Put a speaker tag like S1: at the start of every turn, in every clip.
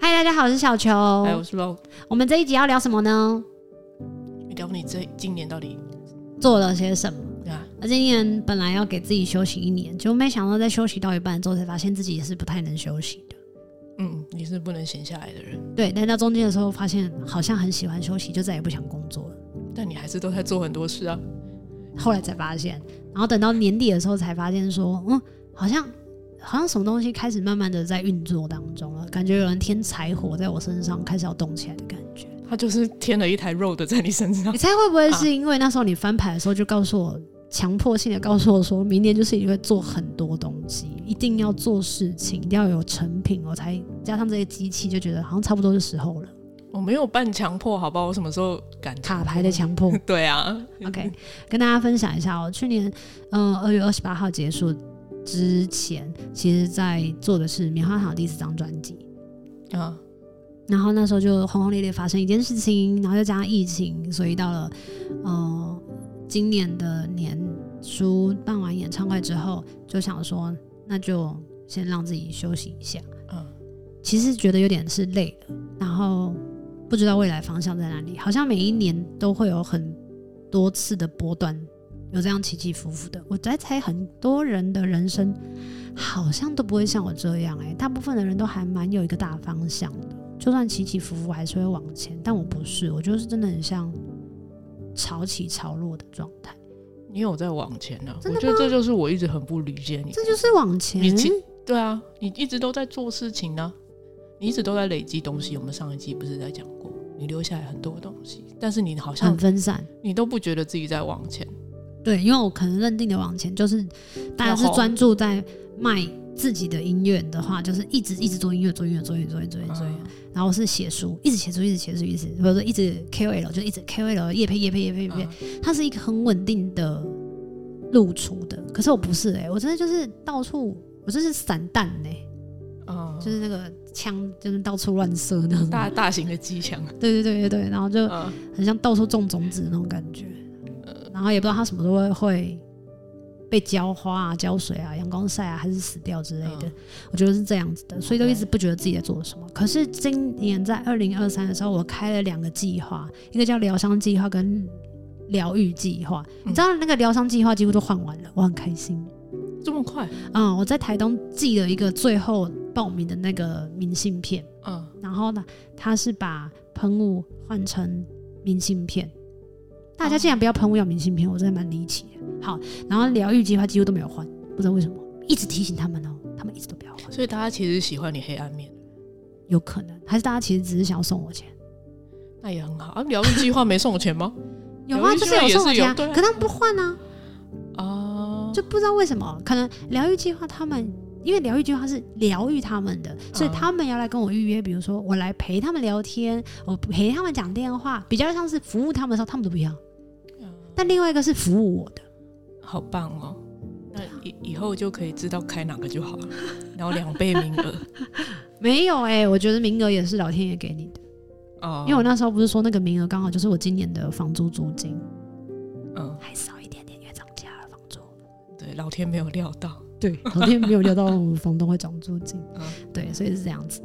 S1: 大家好，我是小球。
S2: 哎，我是 Low，
S1: 我们这一集要聊什么呢？
S2: 聊你这今年到底
S1: 做了些什么？
S2: 对啊？
S1: 而今年本来要给自己休息一年，结果没想到在休息到一半之后，才发现自己也是不太能休息的。
S2: 嗯，你是不能闲下来的人，
S1: 对，但到中间的时候，发现好像很喜欢休息，就再也不想工作了。
S2: 但你还是都在做很多事啊。
S1: 后来才发现，然后等到年底的时候才发现说，嗯，好像好像什么东西开始慢慢的在运作当中了，感觉有人添柴火在我身上，开始要动起来的感觉。
S2: 他就是添了一台 road 在你身 上
S1: 你，猜会不会是因为那时候你翻牌的时候就告诉我，强迫性的告诉我说，明年就是你会做很多东西，一定要做事情，一定要有成品，我才加上这些机器，就觉得好像差不多是时候了。
S2: 我没有半强迫，好不好？我什么时候敢
S1: 卡牌的？强迫。
S2: 对啊
S1: OK，跟大家分享一下哦，去年嗯二月二十八号结束之前，其实在做的是棉花糖第四张专辑。
S2: 啊，
S1: 然后那时候就轰轰烈烈发生一件事情，然后又加上疫情，所以到了呃今年的年初办完演唱会之后，就想说那就先让自己休息一下。
S2: 嗯，
S1: 其实觉得有点是累了，然后不知道未来方向在哪里，好像每一年都会有很多次的波段。有这样起起伏伏的，我在猜很多人的人生好像都不会像我这样哎、欸大部分的人都还蛮有一个大方向的。就算起起伏伏还是会往前，但我不是，我就是真的很像潮起潮落的状态，
S2: 你有在往前啊？
S1: 真
S2: 我
S1: 的
S2: 觉得这就是我一直很不理解你。
S1: 这就是往前。
S2: 你其对啊，你一直都在做事情呢、你一直都在累积东西。我们上一季不是在讲过，你留下来很多东西，但是你好
S1: 很
S2: 像
S1: 分散，
S2: 你都不觉得自己在往前。
S1: 对，因为我可能认定的往前就是大家是专注在卖自己的音乐的话，就是一直一直做音乐，做音乐，做音乐，做音乐，做音乐做音乐。
S2: 嗯
S1: 然后是写书，一直写书，一直写书，一直或者说一直 KOL，就一直 KOL 夜配夜配夜配夜配，
S2: 嗯
S1: 它是一个很稳定的露出的。可是我不是哎、我真的就是到处，我真是散弹哎、
S2: 嗯，
S1: 就是那个枪，就是到处乱射那种。
S2: 大大型的机枪。
S1: 对对对对对，然后就
S2: 嗯
S1: 很像到处种种子那种感觉，然后也不知道它什么时候会会被浇花啊、浇水啊、阳光晒啊，还是死掉之类的。
S2: 嗯
S1: 我觉得是这样子的，所以都一直不觉得自己在做什么。可是今年在二零二三的时候，我开了两个计划，一个叫疗伤计划跟疗愈计划。你
S2: 嗯
S1: 知道那个疗伤计划几乎都换完了，我很开心。
S2: 这么快？
S1: 嗯，我在台东寄了一个最后报名的那个明信片。
S2: 嗯，
S1: 然后呢，他是把喷雾换成明信片。大家竟然不要喷雾，要明信片，我真的蛮离奇的。好，然后疗愈计划几乎都没有换，不知道为什么，一直提醒他们哦，他们一直都不要换。
S2: 所以大家其实喜欢你黑暗面，
S1: 有可能还是大家其实只是想要送我钱，
S2: 那也很好啊。疗愈计划没送我钱吗？
S1: 有啊，
S2: 疗愈
S1: 就
S2: 计
S1: 是有
S2: 划
S1: 送我
S2: 也是有
S1: 钱、啊，
S2: 对啊
S1: 可他们不换啊，
S2: 哦，
S1: 就不知道为什么，可能疗愈计划他们。因为疗愈计划是疗愈他们的，所以
S2: 嗯
S1: 他们要来跟我预约，比如说我来陪他们聊天，我陪他们讲电话，比较像是服务他们的时候，他们都不要。但另外一个是服务我的，
S2: 好棒哦。那以以后就可以知道开哪个就好了，然后两倍名 额
S1: 没有哎、我觉得名额也是老天爷给你的，
S2: 哦，
S1: 因为我那时候不是说那个名额刚好就是我今年的房租租金，
S2: 嗯，
S1: 还少一点点，因为涨价了房租。
S2: 对，老天没有料到，
S1: 对，老天没有料到我们房东会涨租金
S2: 嗯，
S1: 对，所以是这样子。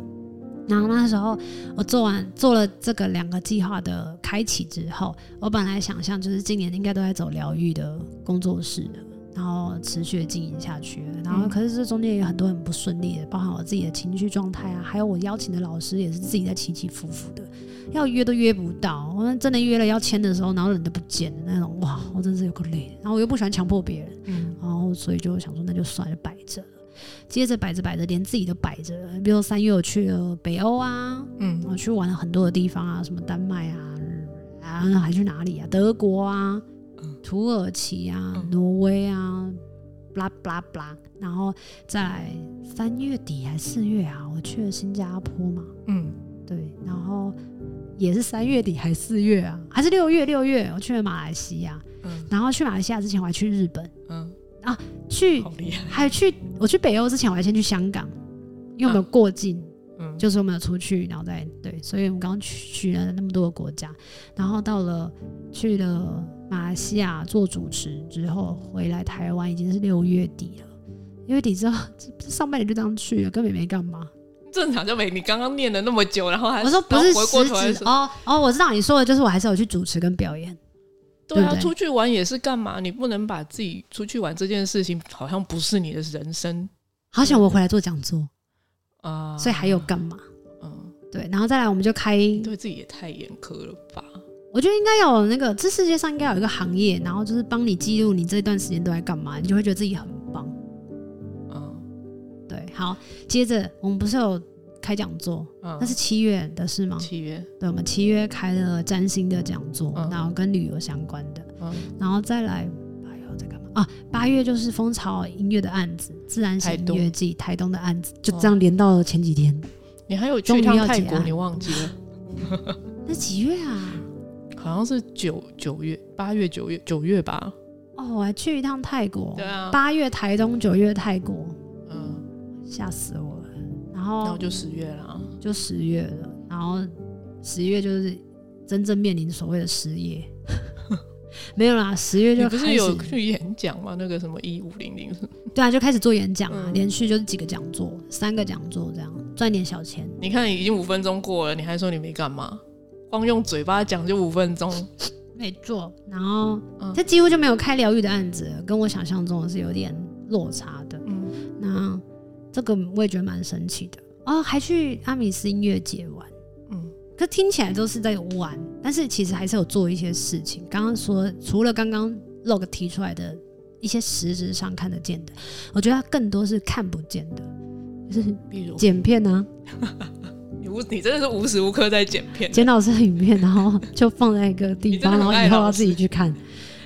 S1: 然后那时候我做完做了这个两个计划的开启之后，我本来想象就是今年应该都在走疗愈的工作室的，然后持续的经营下去。然后
S2: 嗯
S1: 可是这中间也有很多很不顺利的，包含我自己的情绪状态啊，还有我邀请的老师也是自己在起起伏伏的，要约都约不到。我们真的约了要签的时候，然后人都不见的那种，哇，我真是有够累的。然后我又不喜欢强迫别人。
S2: 嗯，
S1: 然后哦所以就想说那就算了，就摆着了。接着摆着摆着，连自己都摆着了。比如说三月我去了北欧啊，
S2: 嗯，
S1: 我去玩了很多的地方啊，什么丹麦啊，啊还去哪里啊？德国啊
S2: 嗯，
S1: 土耳其啊，
S2: 嗯
S1: 挪威啊，blah blah blah。然后再来三月底还是四月啊，我去了新加坡嘛，
S2: 嗯，
S1: 对，然后也是三月底还是四月啊，还是六月六月，我去了马来西亚。
S2: 嗯，
S1: 然后去马来西亚之前我还去日本，
S2: 嗯，
S1: 去
S2: 好厉害，
S1: 还去我去北欧之前，我还先去香港，因为我们有过境，
S2: 嗯，
S1: 就是我们有出去，然后再对，所以我们刚刚去去了那么多个国家，然后到了去了马来西亚做主持之后，回来台湾已经是六月底了。六月底之后，上半年就这样去了，根本没干嘛。
S2: 正常就没你刚刚念了那么久，然后还
S1: 我说不是
S2: 然后回过头来
S1: 实质
S2: 说，
S1: 哦哦，我知道你说的就是我还是有去主持跟表演，
S2: 对
S1: 对不
S2: 啊，
S1: 对
S2: 出去玩也是干嘛？你不能把自己出去玩这件事情好像不是你的人生
S1: 好
S2: 嗯
S1: 想我回来做讲座，
S2: 啊、
S1: 所以还有干嘛？
S2: 嗯，
S1: 对，然后再来我们就开，
S2: 你对自己也太严苛了吧？
S1: 我觉得应该有那个，这世界上应该有一个行业，然后就是帮你记录你这段时间都在干嘛，你就会觉得自己很棒。
S2: 嗯
S1: 对，好，接着我们不是有开讲座，
S2: 嗯，
S1: 那是七月的事吗？
S2: 七月，
S1: 对，我们七月开了占星的讲座，
S2: 嗯
S1: 然后跟旅游相关的，
S2: 嗯，
S1: 然后再来八月在干嘛啊？八月就是蜂巢音乐的案子，自然
S2: 台
S1: 型音
S2: 东
S1: 乐季，台东的案子，就这样连到了前几天。
S2: 你还有去
S1: 终
S2: 一
S1: 于
S2: 趟
S1: 要
S2: 泰
S1: 结
S2: 国，
S1: 案
S2: 你忘记了？
S1: 那几月啊？
S2: 好像是九九月、八月、九月、九月吧？
S1: 哦，我还去一趟泰国
S2: 对，啊，
S1: 八月台东，九月泰国，
S2: 嗯，
S1: 吓死我了。然
S2: 然
S1: 后
S2: 后就十月啦。
S1: 就十月了，然后十月就是真正面临所谓的失业， 没有啦，十月
S2: 你
S1: 就
S2: 不
S1: 开
S2: 是
S1: 始
S2: 有去演讲吗？那个什么一五零零，
S1: 对啊，就开始做演讲啊，
S2: 嗯
S1: 连续就是几个讲座，三个讲座这样赚点小钱。
S2: 你看已经五分钟过了，你还说你没干嘛？光用嘴巴讲就五分钟，
S1: 没做，然后、
S2: 嗯
S1: 这几乎就没有开疗愈的案子了，跟我想象中的是有点落差的。
S2: 嗯，
S1: 那这个我也觉得蛮神奇的哦，还去阿米斯音乐节玩，
S2: 嗯，
S1: 可听起来都是在玩，但是其实还是有做一些事情。刚刚说除了刚刚 log 提出来的一些实质上看得见的，我觉得它更多是看不见的，就是
S2: 比如
S1: 剪片啊，
S2: 你无你真的是无时无刻在剪片，
S1: 剪老师的影片，然后就放在一个地方，
S2: 你真
S1: 然
S2: 的
S1: 后
S2: 很
S1: 以
S2: 爱
S1: 后要
S2: 老
S1: 自
S2: 师
S1: 己去看，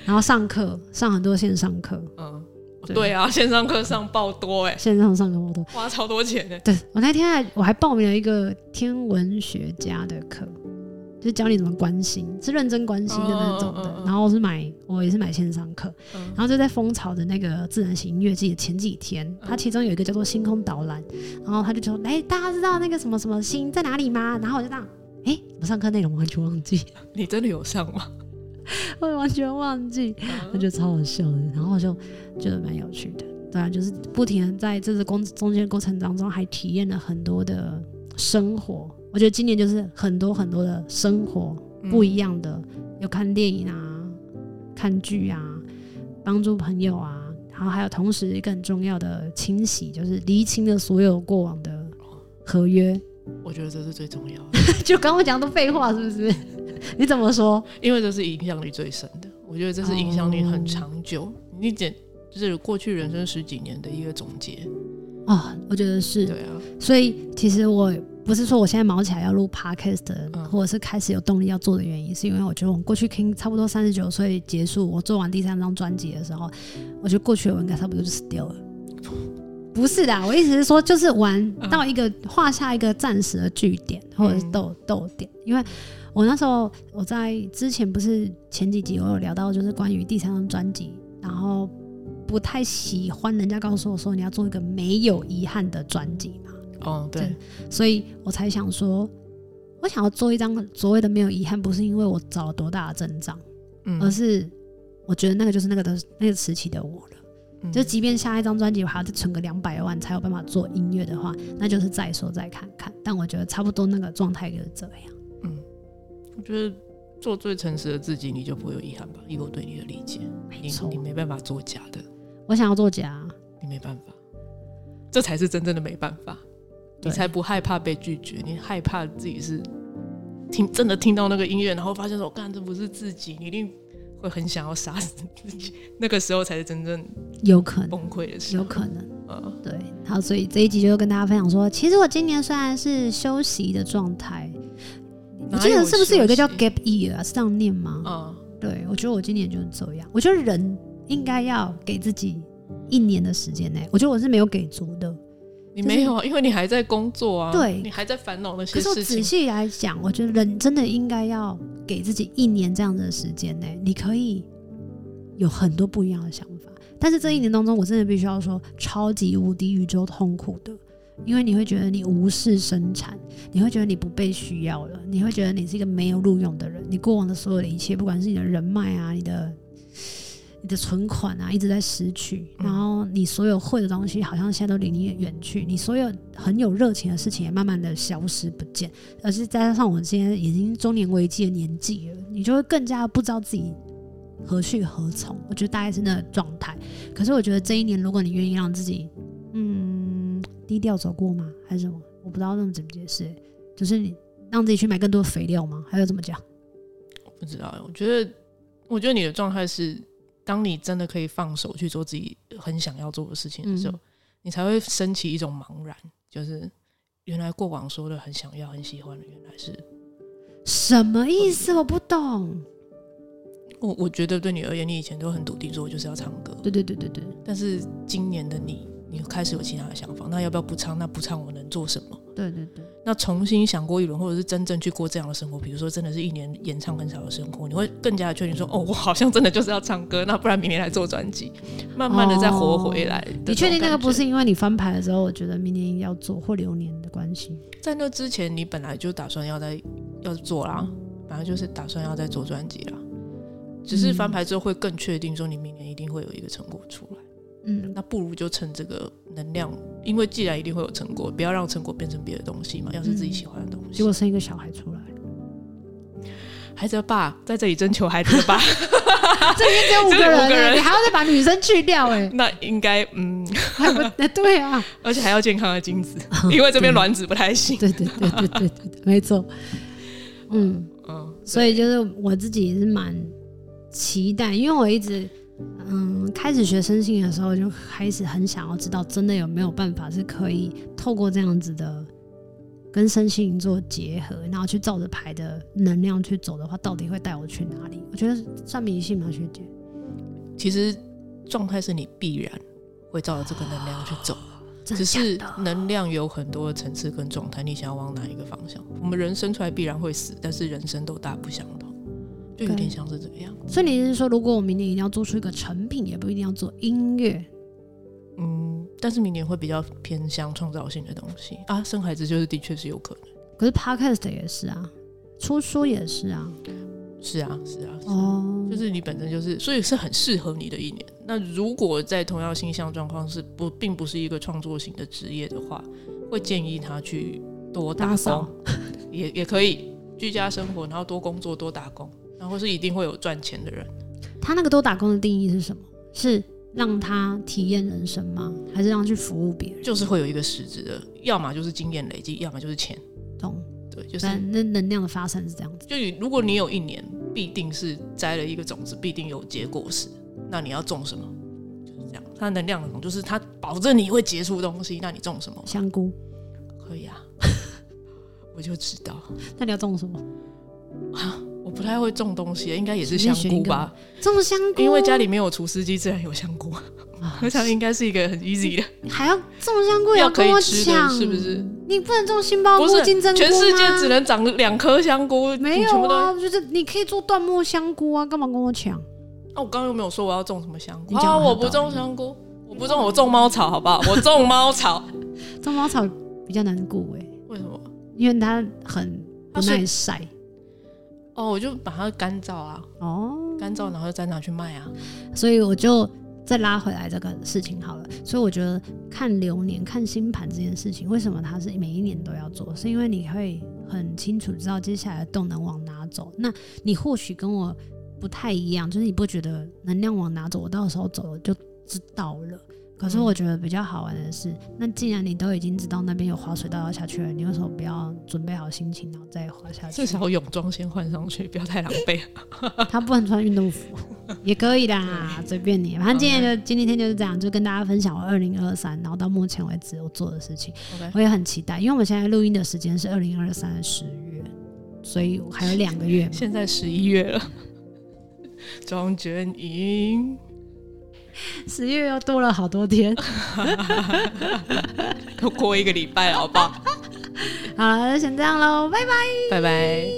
S1: 然后上课上很多线上课，
S2: 嗯，
S1: 对
S2: 对啊，线上课上爆多哎、
S1: 线上上课我都
S2: 花超多钱欸呢、
S1: 对我那天还我还报名了一个天文学家的课，就是教你怎么关心，是认真关心的那种的。
S2: 嗯嗯嗯嗯
S1: 然后我是买，我也是买线上课，
S2: 嗯
S1: 然后就在蜂巢的那个自然型音乐季的前几天，它
S2: 嗯
S1: 其中有一个叫做星空导览，然后他就说：“哎、大家知道那个什么什么星在哪里吗？”然后我就这样，哎、我上课内容完全忘记，
S2: 你真的有上吗？
S1: 我完全忘记，我觉得超好笑的，然后就觉得蛮有趣的。对啊，就是不停的在这个工中间过程当中，还体验了很多的生活。我觉得今年就是很多很多的生活
S2: 嗯
S1: 不一样的，有看电影啊，看剧啊，帮助朋友啊，然后还有同时一个很重要的清洗，就是厘清了所有过往的合约。
S2: 我觉得这是最重要的。
S1: 就刚刚讲的废话是不是？ 你怎么说？
S2: 因为这是影响力最深的，我觉得这是影响力很长久。
S1: 哦
S2: 你简就是过去人生十几年的一个总结，
S1: 哦，我觉得是
S2: 对啊，
S1: 所以其实我不是说我现在忙起来要录 podcast，、
S2: 嗯
S1: 或者是开始有动力要做的原因，是因为我觉得我过去听差不多三十九岁结束，我做完第三张专辑的时候，我觉得过去我应该差不多就死掉了。不是的，我意思是说，就是玩
S2: 嗯
S1: 到一个画下一个暂时的据点，或者是
S2: 嗯
S1: 逗逗点，因为我那时候我在之前不是前几集我有聊到，就是关于第三张专辑，然后不太喜欢人家告诉我说你要做一个没有遗憾的专辑嘛，
S2: 哦，对，
S1: 所以我才想说，我想要做一张所谓的没有遗憾，不是因为我找了多大的阵仗，而
S2: 嗯，
S1: 是我觉得那个就是那个的那个时期的我了。
S2: 嗯
S1: 就即便下一张专辑我还要再存个两百万才有办法做音乐的话，那就是再说再看看。但我觉得差不多那个状态就是这样。
S2: 我觉得做最诚实的自己，你就不会有遗憾吧？以我对你的理解，
S1: 没
S2: 你
S1: 错
S2: 你，没办法做假的，
S1: 我想要作家，
S2: 你没办法，这才是真正的没办法。你
S1: 对
S2: 才不害怕被拒绝，你害怕自己是听真的听到那个音乐，然后发现说，哦干这不是自己，你一定会很想要杀死自己。那个时候才是真正
S1: 有可能，
S2: 崩溃的时
S1: 有
S2: 候。
S1: 可能。
S2: 呃
S1: 对，然后所以这一集就跟大家分享说，其实我今年虽然是休息的状态，我
S2: 哪
S1: 记得
S2: 有
S1: 是不是有一个叫
S2: 休息
S1: gap year 啊？是这样念吗？
S2: 啊、
S1: 对，我觉得我今年就是这样。我觉得人应该要给自己一年的时间内、我觉得我是没有给足的。
S2: 你
S1: 就是
S2: 没有，啊，因为你还在工作啊，
S1: 对
S2: 你还在烦恼那
S1: 可
S2: 些
S1: 是我
S2: 事
S1: 仔
S2: 情。
S1: 细来讲，我觉得人真的应该要给自己一年这样的时间内、你可以有很多不一样的想法。但是这一年当中，我真的必须要说，超级无敌宇宙痛苦的，因为你会觉得你无事生产，你会觉得你不被需要了，你会觉得你是一个没有录用的人，你过往的所有的一切，不管是你的人脉啊，你的 你的存款啊一直在失去，然后你所有会的东西好像现在都离你远去，你所有很有热情的事情也慢慢的消失不见，而是再加上我现在已经中年危机的年纪了，你就会更加不知道自己何去何从。我觉得大概是那个状态。可是我觉得这一年，如果你愿意让自己嗯低调走过吗？还是什么？我不知道那怎么解释欸、就是你让自己去买更多肥料吗？还有怎么讲？
S2: 不知道欸，我觉得，我觉得你的状态是，当你真的可以放手去做自己很想要做的事情的时候，
S1: 嗯
S2: 你才会升起一种茫然，就是原来过往说的很想要、很喜欢的，原来是
S1: 什么意思？我不懂。
S2: 我。我觉得对你而言，你以前都很笃定说我就是要唱歌，
S1: 对对对对对
S2: 但是今年的你，你开始有其他的想法，那要不要不唱？那不唱我能做什么？
S1: 对对对，
S2: 那重新想过一轮，或者是真正去过这样的生活，比如说真的是一年演唱很少的生活，你会更加的确定说，哦，我好像真的就是要唱歌，那不然明年来做专辑，慢慢的再活回来的
S1: 你
S2: 那种感觉、
S1: 确定那个不是因为你翻牌的时候，我觉得明年要做或流年的关系？
S2: 在那之前，你本来就打算要在要做啦，本来就是打算要再做专辑啦，只是翻牌之后会更确定说你明年一定会有一个成果出来，
S1: 嗯，
S2: 那不如就趁这个能量，因为既然一定会有成果，不要让成果变成别的东西嘛，要是自己喜欢的东西。
S1: 结果生一个小孩出来，
S2: 孩子的爸在这里征求孩子的爸。
S1: 这里面只有五
S2: 这里
S1: 个人
S2: 五个
S1: 欸，
S2: 人，
S1: 你还要再把女生去掉哎
S2: 那应该 嗯，
S1: 还不对啊？
S2: 而且还要健康的精子， 因为这边卵子不太行。
S1: 对对对对对对对，没错。嗯，
S2: 嗯，
S1: 所以就是我自己也是蛮期待，因为我一直嗯开始学生性的时候，就开始很想要知道，真的有没有办法是可以透过这样子的跟身心灵做结合，然后去照着牌的能量去走的话，到底会带我去哪里？我觉得算迷信吗，学姐？
S2: 其实状态是你必然会照着这个能量去走，
S1: 真
S2: 只
S1: 的假
S2: 是
S1: 的
S2: 能量有很多的层次跟状态，你想要往哪一个方向？我们人生出来必然会死，但是人生都大不相同，就有点像是这样。
S1: 所以你是说，如果我明年一定要做出一个成品，也不一定要做音乐，
S2: 嗯，但是明年会比较偏向创造性的东西啊，生孩子就是的确是有可能。
S1: 可是 podcast 也是啊，出书也是啊，
S2: 是啊，是啊，是啊
S1: 哦，
S2: 就是你本身就是，所以是很适合你的一年。那如果在同样星象状况是不，并不是一个创作型的职业的话，会建议他去多打
S1: 打
S2: 工
S1: 扫，
S2: 也也可以居家生活，然后多工作多打工，然后是一定会有赚钱的人。
S1: 他那个多打工的定义是什么？是让他体验人生吗？还是让他去服务别人？
S2: 就是会有一个实质的，要么就是经验累积，要么就是钱。
S1: 懂？
S2: 对，就是
S1: 但那能量的发散是这样子。
S2: 就你如果你有一年必定是栽了一个种子，必定有结果时，那你要种什么？就是这样，它能量种就是它保证你会结出东西，那你种什么？
S1: 香菇，
S2: 可以啊， 我就知道
S1: 那你要种什么？
S2: 啊，我不太会种东西，应该也是
S1: 随便
S2: 香
S1: 选
S2: 菇
S1: 一个
S2: 吧，
S1: 种香菇，
S2: 因为家里没有厨师机，自然有香菇。
S1: 啊
S2: 我想应该是一个很 easy 的，
S1: 还要种香菇，也
S2: 要可
S1: 跟我
S2: 以吃的，
S1: 抢，
S2: 是不？是？
S1: 你不能种杏鲍
S2: 不
S1: 菇、
S2: 是，
S1: 金针菇
S2: 全世界
S1: 吗
S2: 只能长两颗香菇，
S1: 没有
S2: 全部都。
S1: 啊，就是你可以做椴木香菇啊，干嘛跟我抢？
S2: 哦，我刚刚又没有说我要种什么香菇
S1: 你讲得
S2: 啊，
S1: 很有
S2: 我不种香菇，我不种，我种猫草，好不好？我 种猫草，
S1: 种茅草比较难顾哎、
S2: 为什么？
S1: 因为它很不
S2: 它是
S1: 耐晒
S2: 哦，我就把它干燥啊，
S1: 哦。
S2: 干燥，然后再拿去卖啊。
S1: 所以我就再拉回来这个事情好了。所以我觉得看流年、看星盘这件事情，为什么它是每一年都要做？是因为你会很清楚知道接下来的动能往哪走。那你或许跟我不太一样，就是你不觉得能量往哪走，我到时候走了就知道了。可是我觉得比较好玩的是，那既然你都已经知道那边有滑水道要下去了，你为什么不要准备好心情，然后再滑下去
S2: 至？少泳装先换上去，不要太狼狈。
S1: 他不能穿运动服，也可以啦，随便 你。反正今天就今天就是这样，就跟大家分享我二零二三，然后到目前为止我做的事情，
S2: OK，
S1: 我也很期待，因为我们现在录音的时间是二零二三的十月，所以还有两个月嘛。
S2: 现在十一月了，庄卷营。
S1: 十月又多了好多 天。
S2: 都过一个礼拜了，好不好？
S1: 好了，就先这样喽，拜拜。
S2: 拜拜。